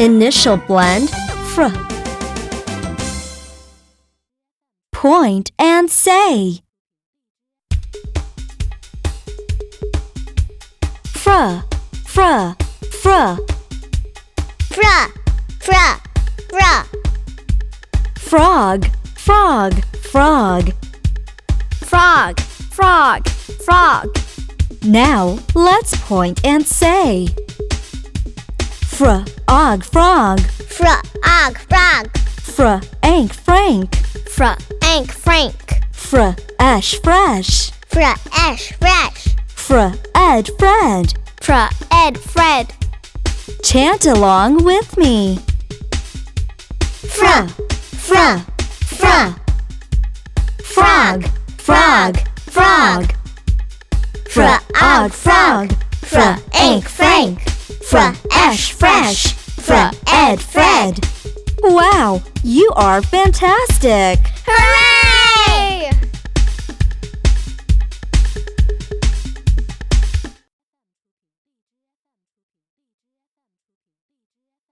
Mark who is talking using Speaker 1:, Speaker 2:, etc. Speaker 1: Initial blend fr. Point and say. Fr, fr, fr,
Speaker 2: Fra, fra, fra.
Speaker 1: frog, frog, frog.
Speaker 2: Frog, frog, frog.
Speaker 1: Now let's point and say. Fr, og, frog.
Speaker 2: Fra, og, frog.
Speaker 1: Fr, ank, frank.
Speaker 2: Fra, ank, frank.
Speaker 1: Fr, ash, fresh.
Speaker 2: Fra, ash, fresh.
Speaker 1: Fr, ed, fred.
Speaker 2: Fra, ed, fred.
Speaker 1: Chant along with me.
Speaker 2: Fra, fra, fra.
Speaker 1: Frog, frog, frog.
Speaker 2: Fra, og, frog. Fra, ank, frank. Fra, ash, fresh. Fra, ed, fred.
Speaker 1: Wow, you are fantastic!
Speaker 2: Hooray!